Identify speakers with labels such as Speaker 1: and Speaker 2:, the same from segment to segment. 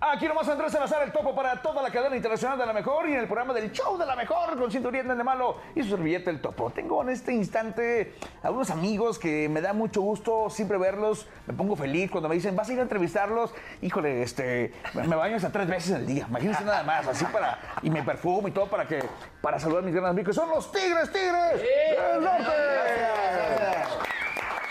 Speaker 1: Aquí nomás Andrés Salazar, el topo para toda la cadena internacional de la mejor y en el programa del show de la mejor con Cinturín de Malo y su servilleta el topo. Tengo en este instante a unos amigos que me da mucho gusto siempre verlos, me pongo feliz cuando me dicen, vas a ir a entrevistarlos, híjole, este, me baño hasta tres veces al día, imagínense nada más, así para, y me perfumo y todo para que, para saludar a mis grandes amigos, que son los Tigres, Tigres del Norte.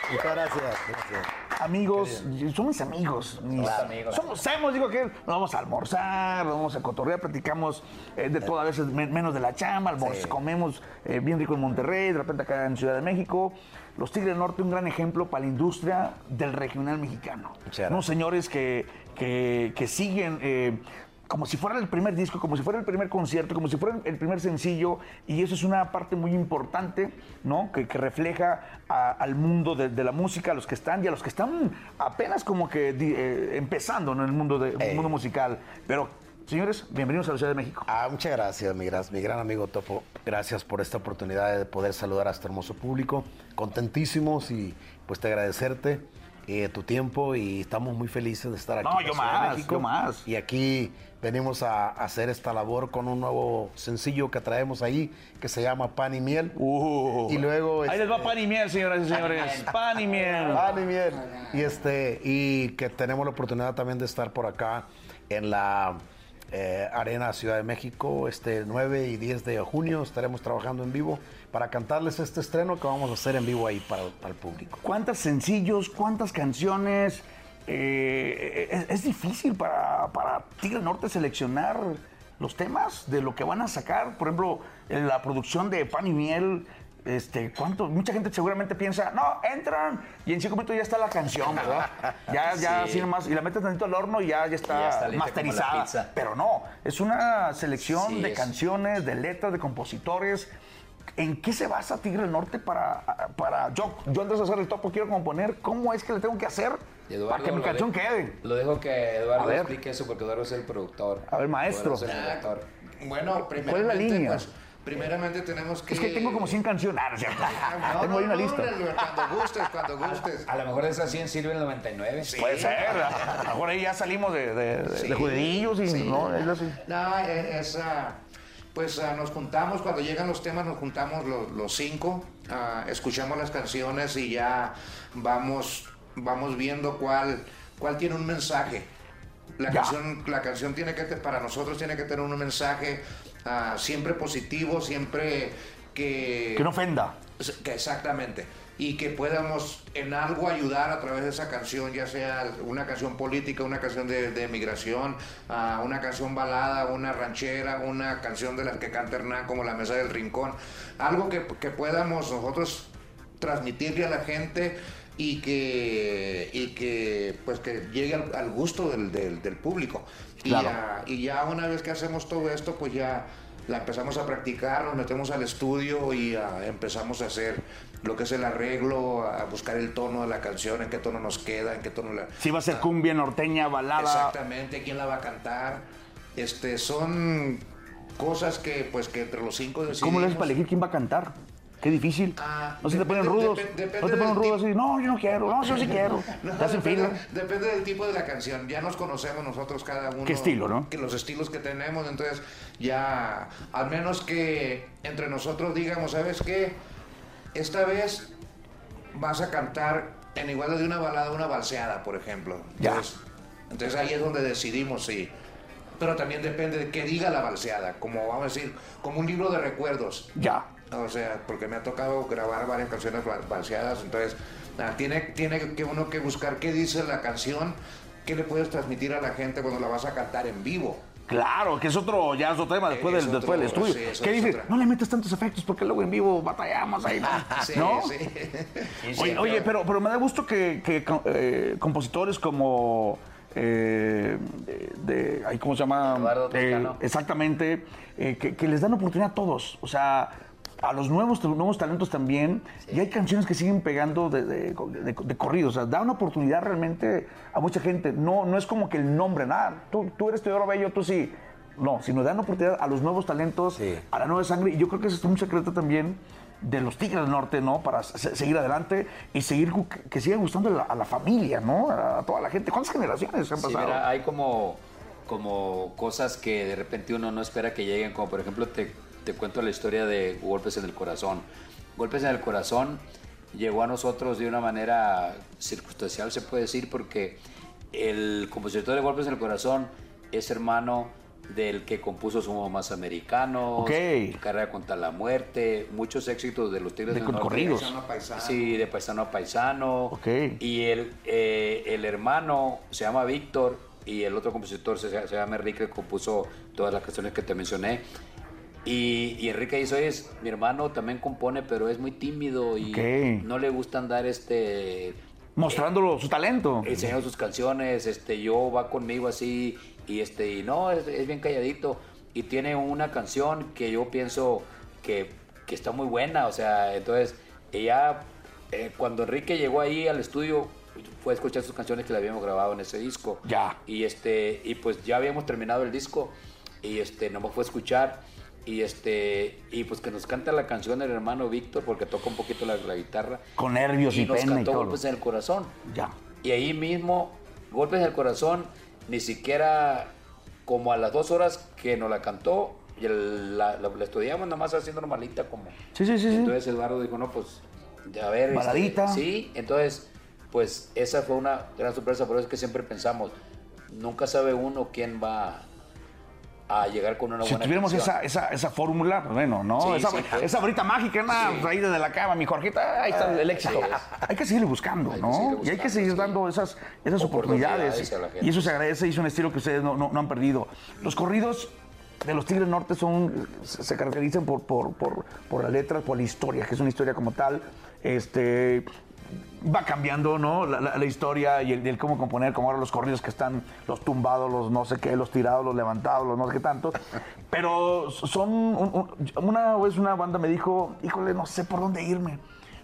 Speaker 2: Muchas gracias. gracias.
Speaker 1: amigos, son mis amigos. mis-
Speaker 3: amigos.
Speaker 1: Somos, somos, digo que nos vamos a almorzar, nos vamos a cotorrear, platicamos eh, de todo, a veces men- menos de la chamba, almor- comemos eh, bien rico en Monterrey, de repente acá en Ciudad de México. Los Tigres del Norte, un gran ejemplo para la industria del regional mexicano.
Speaker 2: Muchas
Speaker 1: Unos señores que, que- que siguen... eh, como si fuera el primer disco, como si fuera el primer concierto, como si fuera el primer sencillo, y eso es una parte muy importante, ¿no? Que, que refleja a- al mundo de, de la música, a los que están y a los que están apenas como que di- eh, empezando en el mundo, de,
Speaker 2: Ey.
Speaker 1: mundo musical. Pero, señores, bienvenidos a la Ciudad de México.
Speaker 2: Ah, muchas gracias, mi, gra- mi gran amigo Topo. Gracias por esta oportunidad de poder saludar a este hermoso público. Contentísimos y pues te agradecerte eh, tu tiempo y estamos muy felices de estar aquí.
Speaker 1: No,
Speaker 2: en
Speaker 1: yo
Speaker 2: la Ciudad de
Speaker 1: más, yo más.
Speaker 2: Y aquí venimos a hacer esta labor con un nuevo sencillo que traemos ahí que se llama Pan y Miel.
Speaker 1: Uh.
Speaker 2: y luego...
Speaker 1: Ahí les va pan y miel, señoras y señores. Pan y miel.
Speaker 2: Pan y miel. Ah, Y este, y que tenemos la oportunidad también de estar por acá en la eh, Arena Ciudad de México, este 9 y 10 de junio estaremos trabajando en vivo para cantarles este estreno que vamos a hacer en vivo ahí para, para el público.
Speaker 1: ¿Cuántos sencillos? ¿Cuántas canciones? Eh, es, es difícil para, para Tigre Norte seleccionar los temas de lo que van a sacar. Por ejemplo, en la producción de Pan y Miel. Este, ¿cuánto? Mucha gente seguramente piensa, no, entran y en cinco minutos ya está la canción, ¿verdad? Ya, ya,
Speaker 3: Sí.
Speaker 1: así nomás, y la metes tantito al horno y ya, ya está,
Speaker 3: Ya está lista como la
Speaker 1: masterizada.
Speaker 3: pizza.
Speaker 1: Pero no, es una selección
Speaker 3: Sí,
Speaker 1: de
Speaker 3: es-
Speaker 1: canciones, de letras, de compositores. ¿En qué se basa Tigre del Norte para, para yo, yo antes de hacer el topo quiero componer? ¿Cómo es que le tengo que hacer
Speaker 3: Y Eduardo
Speaker 1: para que mi
Speaker 3: lo
Speaker 1: canción
Speaker 3: de-
Speaker 1: quede?
Speaker 3: Lo dejo que
Speaker 1: A
Speaker 3: Eduardo
Speaker 1: ver.
Speaker 3: explique eso porque Eduardo es el productor.
Speaker 1: A ver, maestro.
Speaker 3: Eduardo es el productor.
Speaker 4: Bueno,
Speaker 1: la
Speaker 4: primeramente,
Speaker 1: línea?
Speaker 4: pues, primeramente tenemos que...
Speaker 1: Es que tengo como 100 canciones, Ah, ¿no es cierto?
Speaker 4: No,
Speaker 1: tengo ahí
Speaker 4: no,
Speaker 1: una
Speaker 4: no,
Speaker 1: lista.
Speaker 4: Nelson, cuando gustes, cuando gustes.
Speaker 3: A lo mejor de esas 100 sirve el 99.
Speaker 1: Puede ser, a lo mejor ahí ya salimos de, de, de-
Speaker 4: Sí.
Speaker 1: de judillos y
Speaker 4: Sí.
Speaker 1: no, es así.
Speaker 4: No, es, es, ah, pues ah, nos juntamos, cuando llegan los temas nos juntamos los, los cinco, ah, escuchamos las canciones y ya vamos, vamos viendo cuál, cuál tiene un mensaje. La
Speaker 1: Ya.
Speaker 4: canción, la canción tiene que, te- para nosotros tiene que tener un mensaje ah, siempre positivo, siempre que...
Speaker 1: Que no ofenda.
Speaker 4: Es- que Exactamente. Y que podamos en algo ayudar a través de esa canción, ya sea una canción política, una canción de, de migración, ah, una canción balada, una ranchera, una canción de las que canta Hernán como La Mesa del Rincón. Algo que, que podamos nosotros transmitirle a la gente y que, y que pues que llegue al, al gusto del, del- del público. Y,
Speaker 1: Claro.
Speaker 4: ya, y ya una vez que hacemos todo esto, pues ya la empezamos a practicar, nos metemos al estudio y ah, empezamos a hacer lo que es el arreglo, a buscar el tono de la canción, en qué tono nos queda, en qué tono la...
Speaker 1: Si va a ser cumbia, norteña, balada.
Speaker 4: Exactamente, quién la va a cantar. Este, son cosas que pues que entre los cinco decidimos.
Speaker 1: ¿Cómo le haces para elegir quién va a cantar? Qué difícil.
Speaker 4: Ah,
Speaker 1: no se te
Speaker 4: depende-
Speaker 1: ponen rudos.
Speaker 4: depe- depende
Speaker 1: no te ponen
Speaker 4: del
Speaker 1: rudos así. No, yo no quiero. No, yo sí quiero.
Speaker 4: No,
Speaker 1: Te hacen
Speaker 4: depende,
Speaker 1: fila.
Speaker 4: depende del tipo de la canción. Ya nos conocemos nosotros cada uno.
Speaker 1: ¿Qué estilo, no?
Speaker 4: Que los estilos que tenemos. Entonces, ya, al menos que entre nosotros digamos, ¿sabes qué? Esta vez vas a cantar en igualdad de una balada, una balseada, por ejemplo.
Speaker 1: Ya.
Speaker 4: Entonces, entonces ahí es donde decidimos, sí. Pero también depende de qué diga la balseada. Como vamos a decir, como un libro de recuerdos.
Speaker 1: Ya.
Speaker 4: O sea, porque me ha tocado grabar varias canciones ba- balanceadas, entonces ah, tiene, tiene que uno que buscar qué dice la canción, qué le puedes transmitir a la gente cuando la vas a cantar en vivo.
Speaker 1: Claro, que es otro, ya es otro tema después,
Speaker 4: Es
Speaker 1: del, después del
Speaker 4: otro,
Speaker 1: estudio.
Speaker 4: sí, es
Speaker 1: ¿Qué
Speaker 4: otra-
Speaker 1: dices?
Speaker 4: otra.
Speaker 1: No le metas tantos efectos porque luego en vivo batallamos ahí.
Speaker 4: Sí,
Speaker 1: Ah, ¿No?
Speaker 4: sí.
Speaker 1: Oye, oye, pero, pero me da gusto que, que, eh, compositores como. eh, de, ay, ¿Cómo se llama?
Speaker 3: Eduardo Toscano.
Speaker 1: exactamente, eh, que, que les dan oportunidad a todos. O sea. A los nuevos, nuevos talentos también. Y hay canciones que siguen pegando de, de, de- de corrido. O sea, da una oportunidad realmente a mucha gente. No, no es como que el nombre, nada. Tú, tú eres Teodoro Bello, tú sí. No, sino dan oportunidad a los nuevos talentos,
Speaker 2: Sí.
Speaker 1: a la nueva sangre. Y yo creo que ese es un secreto también de los Tigres del Norte, ¿no? Para se- seguir adelante y seguir gu- que siga gustando a la, a la familia, ¿no? A, toda la gente. ¿Cuántas generaciones han
Speaker 3: Sí,
Speaker 1: pasado?
Speaker 3: mira, hay como
Speaker 5: como cosas que de repente uno no espera que lleguen, como por ejemplo te, te cuento la historia de Golpes en el Corazón. Golpes en el Corazón llegó a nosotros de una manera circunstancial, se puede decir, porque el compositor de Golpes en el Corazón es hermano del que compuso Somos Más Americanos,
Speaker 1: Ok.
Speaker 5: Carrera contra la Muerte, muchos éxitos de los Tigres
Speaker 1: De
Speaker 5: del Norte.
Speaker 1: corridos.
Speaker 4: Paisano a paisano.
Speaker 5: Sí, de paisano a paisano.
Speaker 1: Ok.
Speaker 5: Y el, eh, el hermano se llama Víctor y el otro compositor se, se llama Enrique, que compuso todas las canciones que te mencioné. Y, y Enrique dice, oye, es- mi hermano también compone, pero es muy tímido y
Speaker 1: Ok.
Speaker 5: no le gusta andar este
Speaker 1: Mostrándolo su talento.
Speaker 5: enseñando sus canciones, este, yo va conmigo así, y este, y no, es, es bien calladito, y tiene una canción que yo pienso que, que está muy buena, o sea, entonces, ella, eh, cuando Enrique llegó ahí al estudio, fue a escuchar sus canciones que le habíamos grabado en ese disco.
Speaker 1: Ya.
Speaker 5: Y este, y pues ya habíamos terminado el disco, y este, nomás fue a escuchar, y este, y pues que nos canta la canción el hermano Víctor, porque toca un poquito la, la guitarra.
Speaker 1: Con nervios y,
Speaker 5: Y nos
Speaker 1: pena y
Speaker 5: cantó
Speaker 1: todo.
Speaker 5: golpes en el corazón.
Speaker 1: Ya.
Speaker 5: Y ahí mismo, golpes del corazón, ni siquiera como a las dos horas que nos la cantó, y el- la, la- la estudiamos nomás haciendo normalita como.
Speaker 1: Sí, sí, sí, sí.
Speaker 5: Entonces Eduardo dijo, no, pues, a ver. este,
Speaker 1: Baladita.
Speaker 5: sí, entonces, pues esa fue una gran sorpresa, por eso es que siempre pensamos, nunca sabe uno quién va a llegar con una
Speaker 1: si
Speaker 5: buena
Speaker 1: tuviéramos
Speaker 5: canción.
Speaker 1: esa, esa, esa fórmula, pues bueno, ¿no?
Speaker 5: Sí,
Speaker 1: esa,
Speaker 5: sí, pues.
Speaker 1: esa varita mágica, una raíz de la cama, mi Jorgita, ahí está el éxito.
Speaker 5: así es.
Speaker 1: Hay que seguir buscando,
Speaker 5: Ah, Hay que
Speaker 1: ¿no?
Speaker 5: seguirle
Speaker 1: y hay que
Speaker 5: buscando,
Speaker 1: seguir
Speaker 5: sí.
Speaker 1: dando esas, esas oportunidades.
Speaker 5: Oportunidades a la gente.
Speaker 1: Y eso se agradece y es un estilo que ustedes no, no- no han perdido. Los corridos de los Tigres Norte son, se se caracterizan por, por, por, por las letras, por la historia, que es una historia como tal. Este, va cambiando, ¿no? La, la- la historia y el, el cómo componer, como ahora los corridos que están los tumbados, los no sé qué, los tirados, los levantados, los no sé qué tanto. Pero son. un- un- una vez una banda me dijo, híjole, no sé por dónde irme,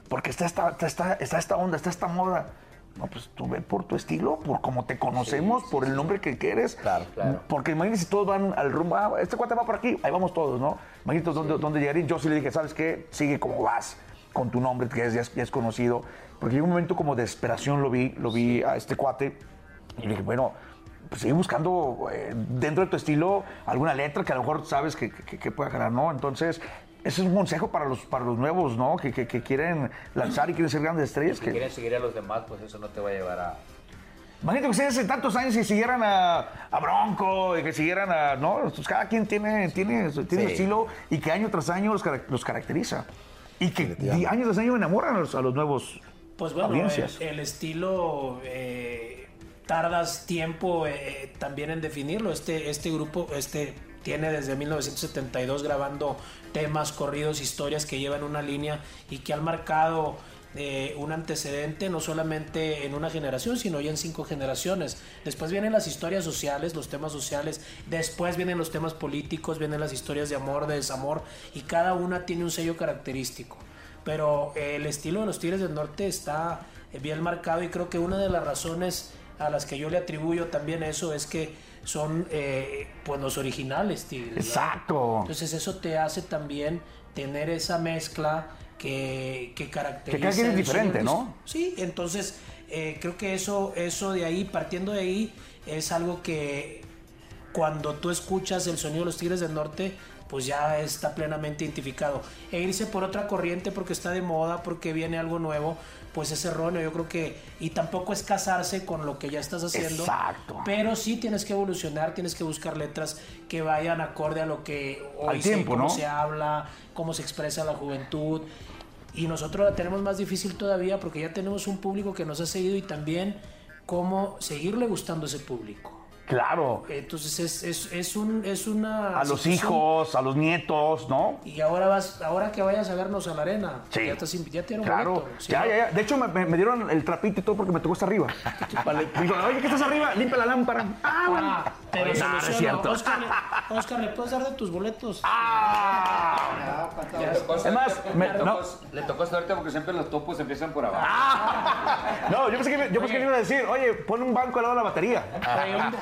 Speaker 1: porque está esta, está, esta- está esta onda, está esta moda. No, pues tú ve por tu estilo, por cómo te conocemos, por el nombre que quieres.
Speaker 2: Claro,
Speaker 5: claro.
Speaker 1: Porque imagínense si todos van al rumbo, ah, este cuate va por aquí, ahí vamos todos, ¿no? Imagínate dónde, dónde llegaría. Yo sí le dije, ¿sabes qué? Sigue como vas, con tu nombre, que es- ya es, ya es conocido. Porque llegó un momento como de desesperación, lo vi, lo vi a este cuate, y le dije, bueno, pues sigue buscando eh, dentro de tu estilo alguna letra que a lo mejor sabes que, que, que pueda ganar, ¿no? Entonces, ese es un consejo para los, para los nuevos, ¿no? Que, que- que quieren lanzar y quieren ser grandes estrellas.
Speaker 5: Si
Speaker 1: que-
Speaker 5: quieren seguir a los demás, pues eso no te va a llevar a...
Speaker 1: Imagínate que ustedes hace tantos años y siguieran a, a Bronco y que siguieran a. No, Pues cada quien tiene, tiene, su- tiene su estilo y que año tras año los, carac- los caracteriza. Y que di- año tras año enamoran a los, a los nuevos
Speaker 6: Pues bueno, el,
Speaker 1: audiencias.
Speaker 6: el estilo eh, tardas tiempo eh, eh, también en definirlo. Este, este grupo este, tiene desde 1972 grabando temas, corridos, historias que llevan una línea y que han marcado eh, un antecedente no solamente en una generación, sino ya en cinco generaciones. Después vienen las historias sociales, los temas sociales, después vienen los temas políticos, vienen las historias de amor, de desamor, y cada una tiene un sello característico pero eh, el estilo de los Tigres del Norte está eh, bien marcado y creo que una de las razones a las que yo le atribuyo también eso es que son eh, pues los originales Tigres. ¿verdad?
Speaker 1: Exacto.
Speaker 6: Entonces eso te hace también tener esa mezcla que, que caracteriza...
Speaker 1: cada quien es
Speaker 6: el
Speaker 1: diferente,
Speaker 6: sonido.
Speaker 1: ¿no?
Speaker 6: Sí, entonces eh, creo que eso, eso de ahí, partiendo de ahí, es algo que cuando tú escuchas el sonido de los Tigres del Norte, pues ya está plenamente identificado. E irse por otra corriente porque está de moda, porque viene algo nuevo, pues es erróneo. Yo creo que. Y tampoco es casarse con lo que ya estás haciendo.
Speaker 1: Exacto.
Speaker 6: Pero sí tienes que evolucionar, tienes que buscar letras que vayan acorde a lo que hoy
Speaker 1: Al
Speaker 6: se-
Speaker 1: tiempo,
Speaker 6: cómo
Speaker 1: ¿no?
Speaker 6: se habla, cómo se expresa la juventud. Y nosotros la tenemos más difícil todavía porque ya tenemos un público que nos ha seguido y también cómo seguirle gustando a ese público.
Speaker 1: Claro.
Speaker 6: Entonces es, es, es un, es una...
Speaker 1: A los
Speaker 6: situación.
Speaker 1: hijos, a los nietos, ¿no?
Speaker 6: Y ahora vas, ahora que vayas a vernos a la arena,
Speaker 1: Sí.
Speaker 6: ya, estás, invi- ya te dieron
Speaker 1: Claro,
Speaker 6: boleto, ¿sí?
Speaker 1: ya, ya, ya. De hecho, me, me- me dieron el trapito y todo porque me tocó hasta arriba. Vale. Digo, oye, ¿qué estás arriba? Limpia la lámpara. Ah, bueno.
Speaker 6: Ah, te lo
Speaker 1: Oye, no, no es
Speaker 6: soluciono.
Speaker 1: cierto.
Speaker 6: Oscar, le- Oscar, ¿le puedes dar de tus boletos?
Speaker 1: Ah. Es más, me- no,
Speaker 5: Le tocó suerte porque siempre los topos empiezan por abajo.
Speaker 1: no, yo pensé que, yo pensé que le iba a decir, oye, pon un banco al lado de la batería.
Speaker 6: Oye, un-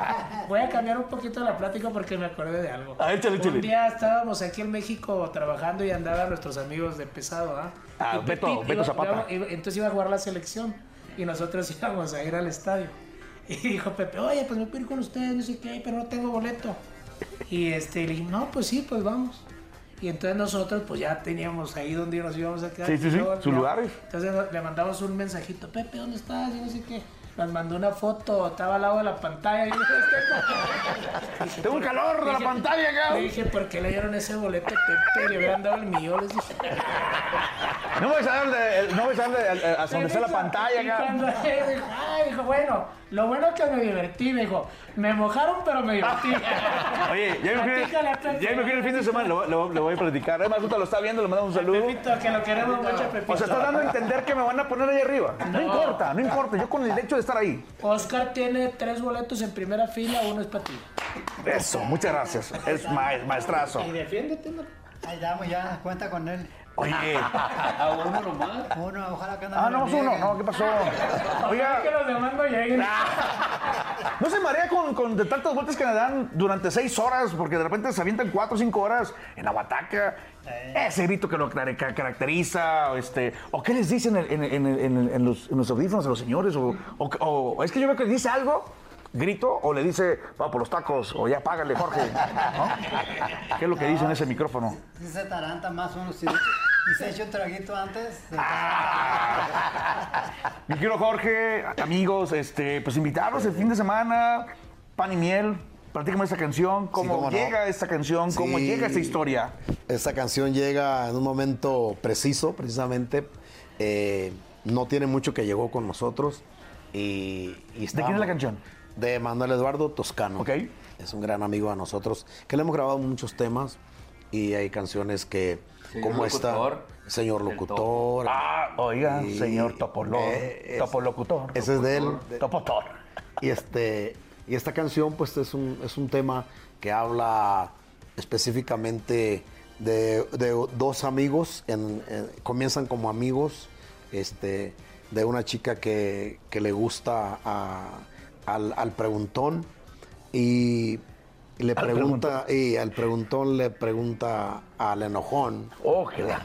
Speaker 6: Voy a cambiar un poquito la plática porque me acordé de algo.
Speaker 1: Ah, échale, échale.
Speaker 6: Un día estábamos aquí en México trabajando y andaban nuestros amigos de pesado, ¿ah?
Speaker 1: Ah,
Speaker 6: Y
Speaker 1: Beto-
Speaker 6: Petit
Speaker 1: Beto Zapata.
Speaker 6: iba- iba- entonces iba a jugar la selección y nosotros íbamos a ir al estadio. Y dijo Pepe, oye, pues me puedo ir con ustedes, no sé qué, pero no tengo boleto. Y este, le dije, no, pues sí, pues vamos. Y entonces nosotros, pues ya teníamos ahí donde nos íbamos a quedar.
Speaker 1: Sí, sí,
Speaker 6: Y
Speaker 1: sí,
Speaker 6: luego,
Speaker 1: sus
Speaker 6: ¿no?
Speaker 1: lugares.
Speaker 6: Entonces nos- le mandamos un mensajito, Pepe, ¿dónde estás? Y no sé qué. Nos mandó una foto, estaba al lado de la pantalla. Y yo, "Este, no".
Speaker 1: Tengo un calor de la
Speaker 6: Dije-
Speaker 1: pantalla acá.
Speaker 6: Le dije, ¿por qué le dieron ese boleto a Pepe? Le hubieran dado el mío. Les dije,
Speaker 1: No voy a saber de, no voy a saber de- a- a donde está la pantalla
Speaker 6: Y
Speaker 1: acá.
Speaker 6: cuando él dijo, ay, dijo, bueno, lo bueno es que me divertí, me dijo, me mojaron, pero me divertí.
Speaker 1: Oye, ya me imagino,
Speaker 6: Platícale a Pepe.
Speaker 1: ya me imagino el fin de semana, lo, lo- lo voy a platicar. Además, ahorita lo está viendo, le mandamos un saludo.
Speaker 6: Pepito, que lo queremos mucho, Pepito.
Speaker 1: O sea, estás dando a entender que me van a poner ahí arriba. No,
Speaker 6: No.
Speaker 1: importa, no importa. Yo con el hecho de estar ahí.
Speaker 6: Oscar tiene tres boletos en primera fila, uno es para ti.
Speaker 1: Eso, muchas gracias. Es ma- maestrazo.
Speaker 6: Y defiéndete, ¿no?
Speaker 7: Ahí damos ya, cuenta con él.
Speaker 1: Oye.
Speaker 7: Uno, ojalá que no
Speaker 1: Ah,
Speaker 7: me lo
Speaker 1: no, es uno.
Speaker 7: nieguen.
Speaker 1: No, ¿qué pasó?
Speaker 6: Ojalá que
Speaker 1: Oiga, Ah,
Speaker 6: los demás no lleguen.
Speaker 1: ¿no se marea con, con de tantas vueltas que le dan durante seis horas? Porque de repente se avientan cuatro o cinco horas en la bataca.
Speaker 2: Eh.
Speaker 1: Ese grito que lo car- ca- caracteriza, o este, o qué les dicen en, en- en- en- en los, en los audífonos a los señores, o, o- o- es que yo veo que le dice algo, grito, o le dice, va por los tacos, o ya págale, Jorge. ¿no? ¿Qué es lo que dice en ese micrófono?
Speaker 7: Sí se taranta más uno. Si, si se echa un traguito antes, se
Speaker 1: Ah. Mi querido Jorge, amigos, este, pues invitarlos el fin de semana, pan y miel. Platícame esta canción, cómo,
Speaker 2: cómo no.
Speaker 1: llega esta canción, cómo
Speaker 2: Sí.
Speaker 1: llega esta historia.
Speaker 2: Esta canción llega en un momento preciso, precisamente. Eh, no tiene mucho que llegó con nosotros. Y, y estábamos-
Speaker 1: la canción?
Speaker 2: De Manuel Eduardo Toscano.
Speaker 1: Ok.
Speaker 2: Es un gran amigo a nosotros, que le hemos grabado muchos temas y hay canciones que,
Speaker 5: Señor
Speaker 2: como esta,
Speaker 5: locutor.
Speaker 2: Señor
Speaker 5: El
Speaker 2: Locutor.
Speaker 1: Ah, oiga,
Speaker 2: y-
Speaker 1: señor Topoló,
Speaker 2: eh, es-
Speaker 1: Topolocutor,
Speaker 2: Ese es de él.
Speaker 1: Topotor.
Speaker 2: Y este y esta canción pues es un, es un tema que habla específicamente de, de dos amigos, en- en- comienzan como amigos, este, de una chica que, que le gusta a- al, al preguntón y le
Speaker 1: Al
Speaker 2: pregunta, y al preguntón le pregunta al enojón,
Speaker 1: Oh, qué la-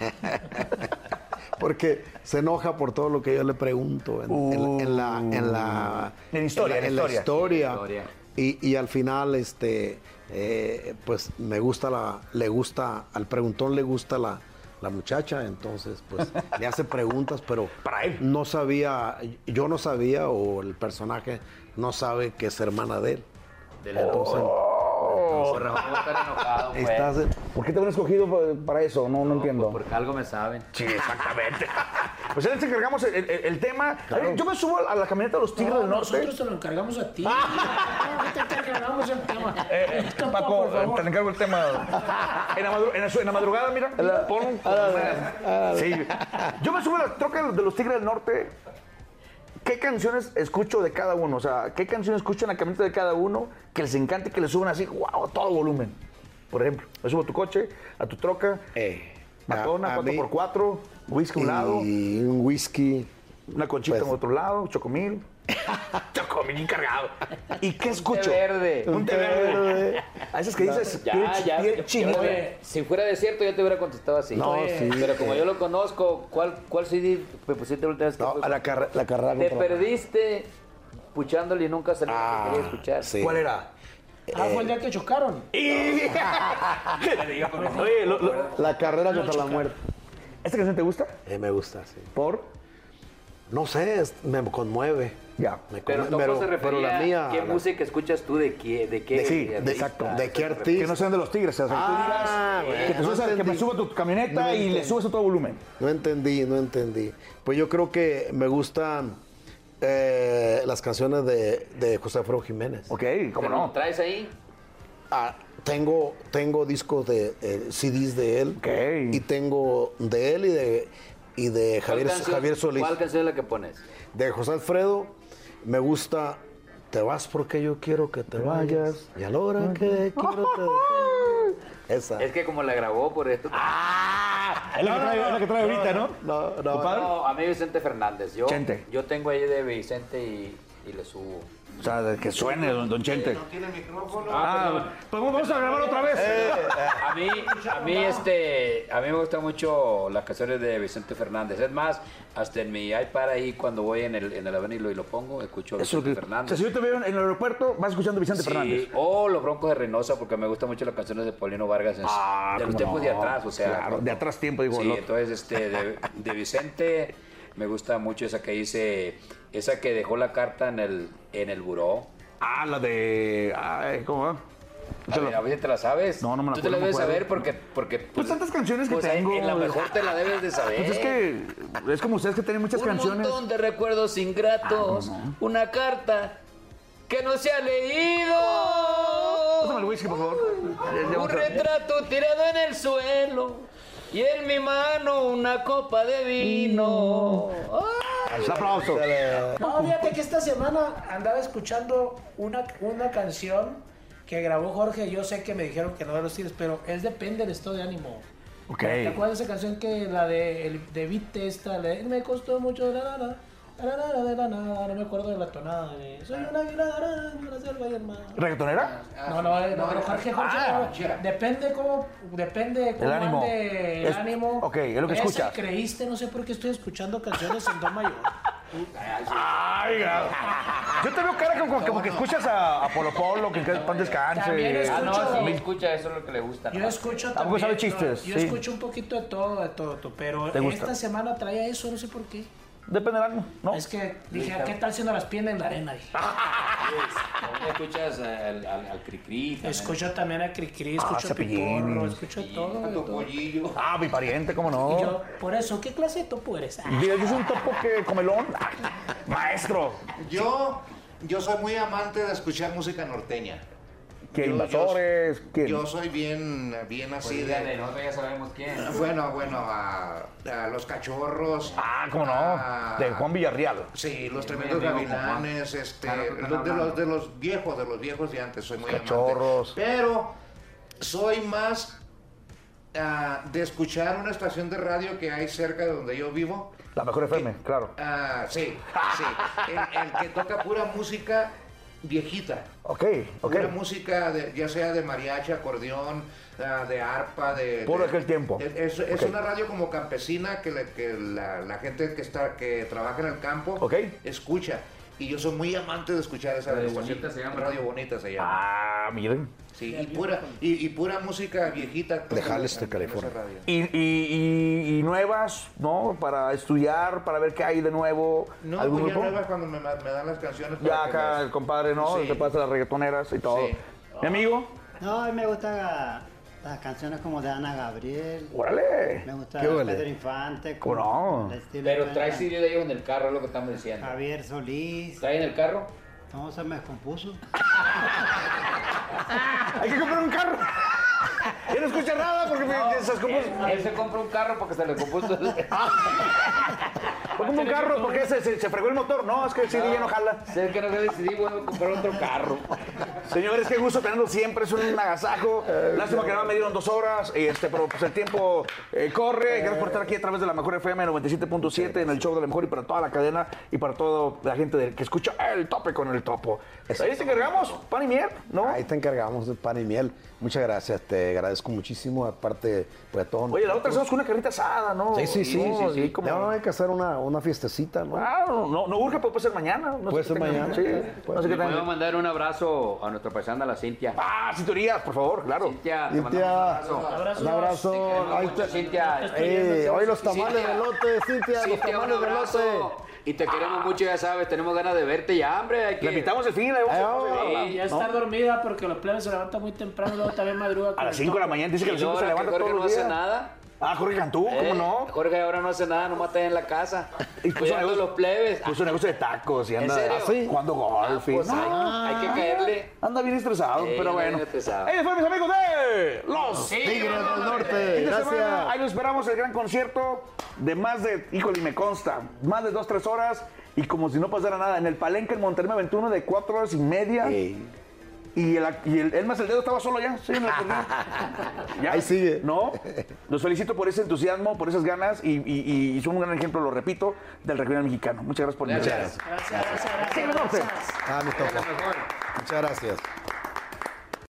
Speaker 2: porque se enoja por todo lo que yo le pregunto en, en- en la, en la
Speaker 1: Uh. En la historia, en la historia.
Speaker 2: historia.
Speaker 5: Historia.
Speaker 2: Y, y al final, este, eh, pues me gusta la, le gusta, al preguntón le gusta la, la muchacha, entonces pues le hace preguntas, pero
Speaker 1: Para él.
Speaker 2: no sabía, yo no sabía o el personaje no sabe que es hermana de él. Entonces,
Speaker 5: Por Ramón tan enojado, güey.
Speaker 2: estás-
Speaker 1: ¿Por qué te habían escogido pa- para eso? No, no entiendo.
Speaker 5: Porque algo me saben.
Speaker 1: Sí, exactamente. pues ya les encargamos el, el- el tema. A ver, Yo me subo a la camioneta de los Tigres
Speaker 6: No,
Speaker 1: del Norte.
Speaker 6: nosotros te lo encargamos a ti. Ahorita te encargamos el tema.
Speaker 1: Ah. Eh, eh,
Speaker 6: Topo,
Speaker 1: Paco,
Speaker 6: por
Speaker 1: eh,
Speaker 6: favor.
Speaker 1: te encargo el tema. En la, madru- en la su- en la madrugada, mira. pon- Sí. Yo me subo a la troca de los Tigres del Norte. ¿Qué canciones escucho de cada uno? O sea, ¿qué canciones escucho en la camioneta de cada uno que les encante y que les suban así, wow, a todo volumen? Por ejemplo, me subo a tu coche, a tu troca,
Speaker 2: eh, a-
Speaker 1: matona,
Speaker 2: a mí-
Speaker 1: 4x4, whisky a un lado,
Speaker 2: Y un whisky.
Speaker 1: una conchita
Speaker 2: pues-
Speaker 1: en otro lado, chocomil. chocomil encargado. ¿Y qué escucho?
Speaker 5: verde.
Speaker 1: Un té verde. A veces que dices, piel
Speaker 5: Ya,
Speaker 1: chi-
Speaker 5: ya.
Speaker 1: piel
Speaker 5: yo-
Speaker 1: chingona.
Speaker 5: yo- si fuera desierto, yo te hubiera contestado así.
Speaker 2: No, sí.
Speaker 5: Pero como yo lo conozco, ¿cuál, cuál CD me pusiste la última vez que
Speaker 2: No,
Speaker 5: fue?
Speaker 2: a la, carra- la carrera
Speaker 5: Te
Speaker 2: contra-
Speaker 5: perdiste puchándole y nunca saliste lo que quería escuchar.
Speaker 2: Ah, sí.
Speaker 1: ¿Cuál era? eh,
Speaker 6: Ah, fue el día que chocaron.
Speaker 1: Oye, Eh, lo- lo-
Speaker 2: La carrera contra la muerte.
Speaker 1: ¿esta canción te gusta?
Speaker 2: Eh, me gusta, sí.
Speaker 1: ¿Por?
Speaker 2: No sé, es- me conmueve.
Speaker 1: Ya.
Speaker 2: Me
Speaker 5: Pero
Speaker 2: conmueve, pero,
Speaker 5: Topo se
Speaker 2: pero
Speaker 5: refería
Speaker 2: la mía.
Speaker 5: ¿Qué
Speaker 2: la-
Speaker 5: música escuchas tú de qué? De qué
Speaker 2: de, sí, de,
Speaker 5: artista?
Speaker 2: exacto. ¿De qué
Speaker 1: Que
Speaker 2: artista?
Speaker 1: no sean de los tigres. o sea,
Speaker 2: Ah,
Speaker 1: que tú digas
Speaker 2: bueno,
Speaker 1: que, te subes a- que
Speaker 2: entendí.
Speaker 1: me subo a tu camioneta
Speaker 2: No
Speaker 1: y le
Speaker 2: entendí.
Speaker 1: subes a todo volumen.
Speaker 2: No entendí, no entendí. Pues yo creo que me gustan eh, las canciones de, de José Alfredo Jiménez.
Speaker 1: Ok,
Speaker 5: ¿Pero
Speaker 1: ¿cómo no?
Speaker 5: traes ahí?
Speaker 2: Ah, tengo, tengo discos de eh, CDs de él.
Speaker 1: Ok.
Speaker 2: Y tengo de él y de, y de
Speaker 5: ¿Cuál
Speaker 2: Javier,
Speaker 5: canción-
Speaker 2: Javier Solís.
Speaker 5: ¿Cuál canción es la que pones?
Speaker 2: De José Alfredo, me gusta Te vas porque yo quiero que te vayas. Y a la hora que quiero te Esa.
Speaker 5: Es que como la grabó por esto.
Speaker 2: Ah.
Speaker 1: Es la que trae, es la que trae ahorita, ¿no?
Speaker 2: No, no.
Speaker 1: ¿Tu padre?
Speaker 5: No, a mí Vicente Fernández. Yo,
Speaker 1: Chente.
Speaker 5: yo tengo ahí de Vicente y, y le subo.
Speaker 1: O sea, de que suene, don, don Chente.
Speaker 4: Tiene micrófono.
Speaker 1: Ah, pues vamos a grabar otra vez.
Speaker 2: Eh.
Speaker 5: A mí, a mí, este, a mí me gustan mucho las canciones de Vicente Fernández. Es más, hasta en mi iPad ahí cuando voy en el, en el avión y lo, y lo pongo, escucho a
Speaker 1: Eso
Speaker 5: Vicente
Speaker 1: que, o
Speaker 5: Fernández.
Speaker 1: sea, si yo te veo en el aeropuerto, vas escuchando Vicente
Speaker 5: Sí,
Speaker 1: Fernández.
Speaker 5: o Los Broncos de Reynosa, porque me gustan mucho las canciones de Paulino Vargas. en- de los
Speaker 1: Ah, cómo
Speaker 5: tiempos
Speaker 1: no.
Speaker 5: pues de atrás, o sea.
Speaker 1: Claro, de atrás tiempo, digo,
Speaker 5: Sí,
Speaker 1: el otro.
Speaker 5: entonces, este, de, de Vicente, me gusta mucho esa que dice, esa que dejó la carta en el, en el buró.
Speaker 1: Ah, la de. ay, ¿Cómo va?
Speaker 5: A, ver, a veces te la sabes.
Speaker 1: No, no me la
Speaker 5: Tú te
Speaker 1: acuerdo, no
Speaker 5: la
Speaker 1: me
Speaker 5: debes
Speaker 1: acuerdo.
Speaker 5: saber porque... porque pues,
Speaker 1: tantas canciones que
Speaker 5: pues, en-
Speaker 1: tengo.
Speaker 5: En la mejor te la debes de saber.
Speaker 1: Pues es que. Es como ustedes que tienen muchas
Speaker 5: Un
Speaker 1: canciones.
Speaker 5: montón de recuerdos ingratos. Una carta que no se ha
Speaker 1: Pásame el
Speaker 5: leído.
Speaker 1: whisky, por favor. Ya- ya
Speaker 5: Un
Speaker 1: vamos a-
Speaker 5: retrato tirado en el suelo. Y en mi mano una copa de vino.
Speaker 1: Un aplauso.
Speaker 6: No, fíjate que esta semana andaba escuchando una, una canción que grabó Jorge. Yo sé que me dijeron que no de los Tigres, pero es depende del estado de ánimo.
Speaker 1: Ok.
Speaker 6: ¿Te acuerdas de esa canción que la de, el, de Vite esta? la de, me costó mucho la nada, la nada de la nada, no me acuerdo de la tonada. de, Soy una águila grande en la selva y el mar.
Speaker 1: ¿Reggaetonera?
Speaker 6: No, no, eh, no, pero Jorge, Jorge, no, depende cómo, depende cómo
Speaker 1: Ah, ánimo.
Speaker 6: ande el
Speaker 1: Es-
Speaker 6: ánimo.
Speaker 1: ok, es lo que
Speaker 6: Esa
Speaker 1: escuchas.
Speaker 6: creíste, no sé por qué estoy escuchando canciones en do mayor.
Speaker 1: Ay, ya. Yo te veo cara como, como que escuchas a, a Polo Polo, que en pan descanse. Ah,
Speaker 6: También escucho-
Speaker 1: sí.
Speaker 6: Mil-
Speaker 5: escucha, eso es lo que le gusta.
Speaker 6: Yo escucho
Speaker 1: Tampoco
Speaker 6: también,
Speaker 1: sabe
Speaker 6: no,
Speaker 1: chistes,
Speaker 6: yo
Speaker 1: sí.
Speaker 6: escucho un poquito de todo, de todo, to- pero
Speaker 1: ¿Te gusta?
Speaker 6: esta semana traía eso, no sé por qué.
Speaker 1: Depende del ánimo, ¿no?
Speaker 6: Es que dije, "Ah, ¿qué tal si no las pierden en la arena? Dije.
Speaker 5: Escuchas al, Cricri.
Speaker 6: "Ah, Escucho también a Cricri,
Speaker 1: Ah,
Speaker 6: escucho a
Speaker 1: Cepillín.
Speaker 6: Piporro, escucho de todo. de
Speaker 4: Tu
Speaker 6: todo.
Speaker 4: pollillo.
Speaker 1: Ah, mi pariente, cómo
Speaker 6: Y
Speaker 1: no.
Speaker 6: yo, por eso, ¿qué clase de topo eres? Ah,
Speaker 1: Diga, yo soy un topo que comelón. Ah, Maestro,
Speaker 4: Yo, yo soy muy amante de escuchar música norteña.
Speaker 1: que
Speaker 4: Yo-
Speaker 1: invasores,
Speaker 4: Yo,
Speaker 1: que.
Speaker 4: yo soy bien, bien así
Speaker 1: Pues
Speaker 4: de.
Speaker 5: Pues, nosotros ya sabemos quién.
Speaker 4: Bueno, bueno, a, a los cachorros.
Speaker 1: Ah, cómo no.
Speaker 4: a-
Speaker 1: De Juan Villarreal.
Speaker 4: Sí, los tremendos
Speaker 5: amigo Juan.
Speaker 4: gavilanes, este,
Speaker 5: Claro, pero
Speaker 4: los, de
Speaker 5: no, no.
Speaker 4: los de los viejos, de los viejos de antes, soy muy
Speaker 1: Cachorros.
Speaker 4: amante. Pero soy más ah, de escuchar una estación de radio que hay cerca de donde yo vivo.
Speaker 1: La mejor FM, claro.
Speaker 4: Ah, sí, sí. El, el que toca pura música viejita.
Speaker 1: Ok, ok.
Speaker 4: Pura música, de- ya sea de mariachi, acordeón, ah, de arpa, de...
Speaker 1: Puro
Speaker 4: de-
Speaker 1: aquel tiempo.
Speaker 4: Es, es- es
Speaker 1: Ok.
Speaker 4: una radio como campesina que, le- que la, la gente que, está, que trabaja en el campo
Speaker 1: Ok.
Speaker 4: escucha. Y yo soy muy amante de escuchar esa
Speaker 5: Radio
Speaker 4: estación.
Speaker 5: Bonita se llama.
Speaker 4: Radio Bonita se llama.
Speaker 1: Ah, miren.
Speaker 4: Sí, y pura, y, y pura música viejita. tocan en-
Speaker 2: Jalisco,
Speaker 4: en esa
Speaker 2: California.
Speaker 4: radio.
Speaker 1: Y, y- y- y nuevas, ¿no? Para estudiar, para ver qué hay de nuevo.
Speaker 4: No,
Speaker 1: ¿Algún
Speaker 4: pues ya
Speaker 1: grupo?
Speaker 4: nuevas cuando me, me dan las canciones. para
Speaker 1: Ya
Speaker 4: que
Speaker 1: acá
Speaker 4: las-
Speaker 1: el compadre, ¿no?
Speaker 4: Sí.
Speaker 1: Te pasa las reggaetoneras y todo.
Speaker 4: Sí.
Speaker 1: Mi amigo,
Speaker 7: No, a mí me gustan las canciones como de Ana Gabriel. Me
Speaker 1: órale.
Speaker 7: gusta
Speaker 2: ¿Qué huele?
Speaker 7: Pedro Infante.
Speaker 1: ¿Cómo no?
Speaker 7: como el estilo
Speaker 5: Pero
Speaker 7: de- Ah.
Speaker 5: trae CD de ellos en el carro, es lo que estamos diciendo.
Speaker 7: Javier Solís.
Speaker 5: ¿Trae en el carro?
Speaker 7: Todo se me descompuso.
Speaker 1: Hay que comprar un carro. Yo no escucha nada porque me esas cosas-
Speaker 5: Él se compra un carro porque se le compuso. el-
Speaker 1: Fue como un carro porque se, se, se fregó el motor. No, es que el CD ya no jala.
Speaker 5: Sé que no se decidí, voy a comprar otro carro.
Speaker 1: Señores, qué gusto tenerlo siempre, es un agasajo. Lástima que nada más me dieron dos horas, este, pero pues el tiempo eh, corre. Gracias por estar aquí a través de la Mejor FM 97.7 en el show de la Mejor y para toda la cadena y para toda la gente del- que escucha El Tope con el Topo. Ahí se encargamos, pan y miel, ¿no?
Speaker 2: Ahí te encargamos de pan y miel. Muchas gracias, te agradezco muchísimo. Aparte, pues a todos.
Speaker 1: Oye, la otra hacemos con una carnita asada, ¿no?
Speaker 2: Sí, sí, sí.
Speaker 1: No,
Speaker 2: sí, sí.
Speaker 1: y como-
Speaker 2: No, no, hay que hacer una, una fiestecita, ¿no?
Speaker 1: Ah, no, no, no urge, pero puede ser mañana. No
Speaker 2: Puede
Speaker 1: sé qué
Speaker 2: ser
Speaker 1: tengan-
Speaker 2: mañana.
Speaker 1: Sí,
Speaker 2: Puede
Speaker 1: no sé qué
Speaker 2: ser.
Speaker 5: Le voy a
Speaker 1: tengan.
Speaker 5: mandar un abrazo a nuestra paisana, la Cintia.
Speaker 1: Ah, cinturías, por favor, claro.
Speaker 5: Cintia, te mandamos un
Speaker 2: Cintia,
Speaker 5: abrazo.
Speaker 2: un abrazo. Ahí te-
Speaker 5: Cintia,
Speaker 2: Eh, hoy los tamales
Speaker 5: Cintia.
Speaker 2: de lote, Cintia, los
Speaker 5: Cintia, un
Speaker 2: tamales de lote.
Speaker 5: abrazo. Y te queremos mucho, ya sabes, tenemos ganas de verte y hambre. Hay que...
Speaker 1: La invitamos al fin, la
Speaker 2: Ahí
Speaker 1: vamos
Speaker 2: vamos.
Speaker 6: Y ya está dormida porque los plebes se levantan muy temprano, luego también madruga.
Speaker 1: a
Speaker 6: con
Speaker 1: las
Speaker 6: el
Speaker 1: 5 de la
Speaker 6: topo.
Speaker 1: mañana. Dice
Speaker 5: Y
Speaker 1: que a las 5 se
Speaker 5: Dora, que
Speaker 1: levanta
Speaker 5: Jorge
Speaker 1: todos
Speaker 5: no
Speaker 1: los
Speaker 5: hace
Speaker 1: días.
Speaker 5: nada.
Speaker 1: Ah, Jorge Cantú, ¿cómo
Speaker 5: Eh,
Speaker 1: no?
Speaker 5: Jorge ahora no hace nada, nomás está en la casa.
Speaker 1: Y puso
Speaker 5: Cuidando
Speaker 1: negocio-
Speaker 5: los plebes.
Speaker 1: Puso un negocio de tacos y
Speaker 5: ¿En
Speaker 1: anda
Speaker 5: serio?
Speaker 1: así, jugando
Speaker 5: Ah,
Speaker 1: golf. y-
Speaker 5: pues, hay,
Speaker 1: No,
Speaker 5: hay que caerle.
Speaker 1: Anda bien estresado,
Speaker 5: Sí,
Speaker 1: pero
Speaker 5: anda
Speaker 1: bueno.
Speaker 5: bien estresado.
Speaker 1: Ellos fueron mis amigos de
Speaker 5: Ah,
Speaker 1: Los
Speaker 2: Tigres del Norte,
Speaker 1: Fin de semana,
Speaker 2: gracias.
Speaker 1: ahí lo esperamos, el gran concierto de más de, híjole, me consta, más de dos, tres horas y como si no pasara nada. En el Palenque, en Monterrey 21, de cuatro horas y media.
Speaker 2: Ey,
Speaker 1: Y, el, y el- el más el dedo estaba solo ya. sí, en el torneo. Ya.
Speaker 2: Ahí sigue.
Speaker 1: No, los felicito por ese entusiasmo, por esas ganas y, y- y son un gran ejemplo, lo repito, del regional mexicano. Muchas gracias por
Speaker 2: Muchas
Speaker 1: invitarme.
Speaker 2: gracias.
Speaker 6: Gracias, gracias,
Speaker 1: Sí,
Speaker 6: gracias.
Speaker 1: no,
Speaker 6: gracias.
Speaker 1: sí.
Speaker 2: Ah, mi topo. Muchas gracias.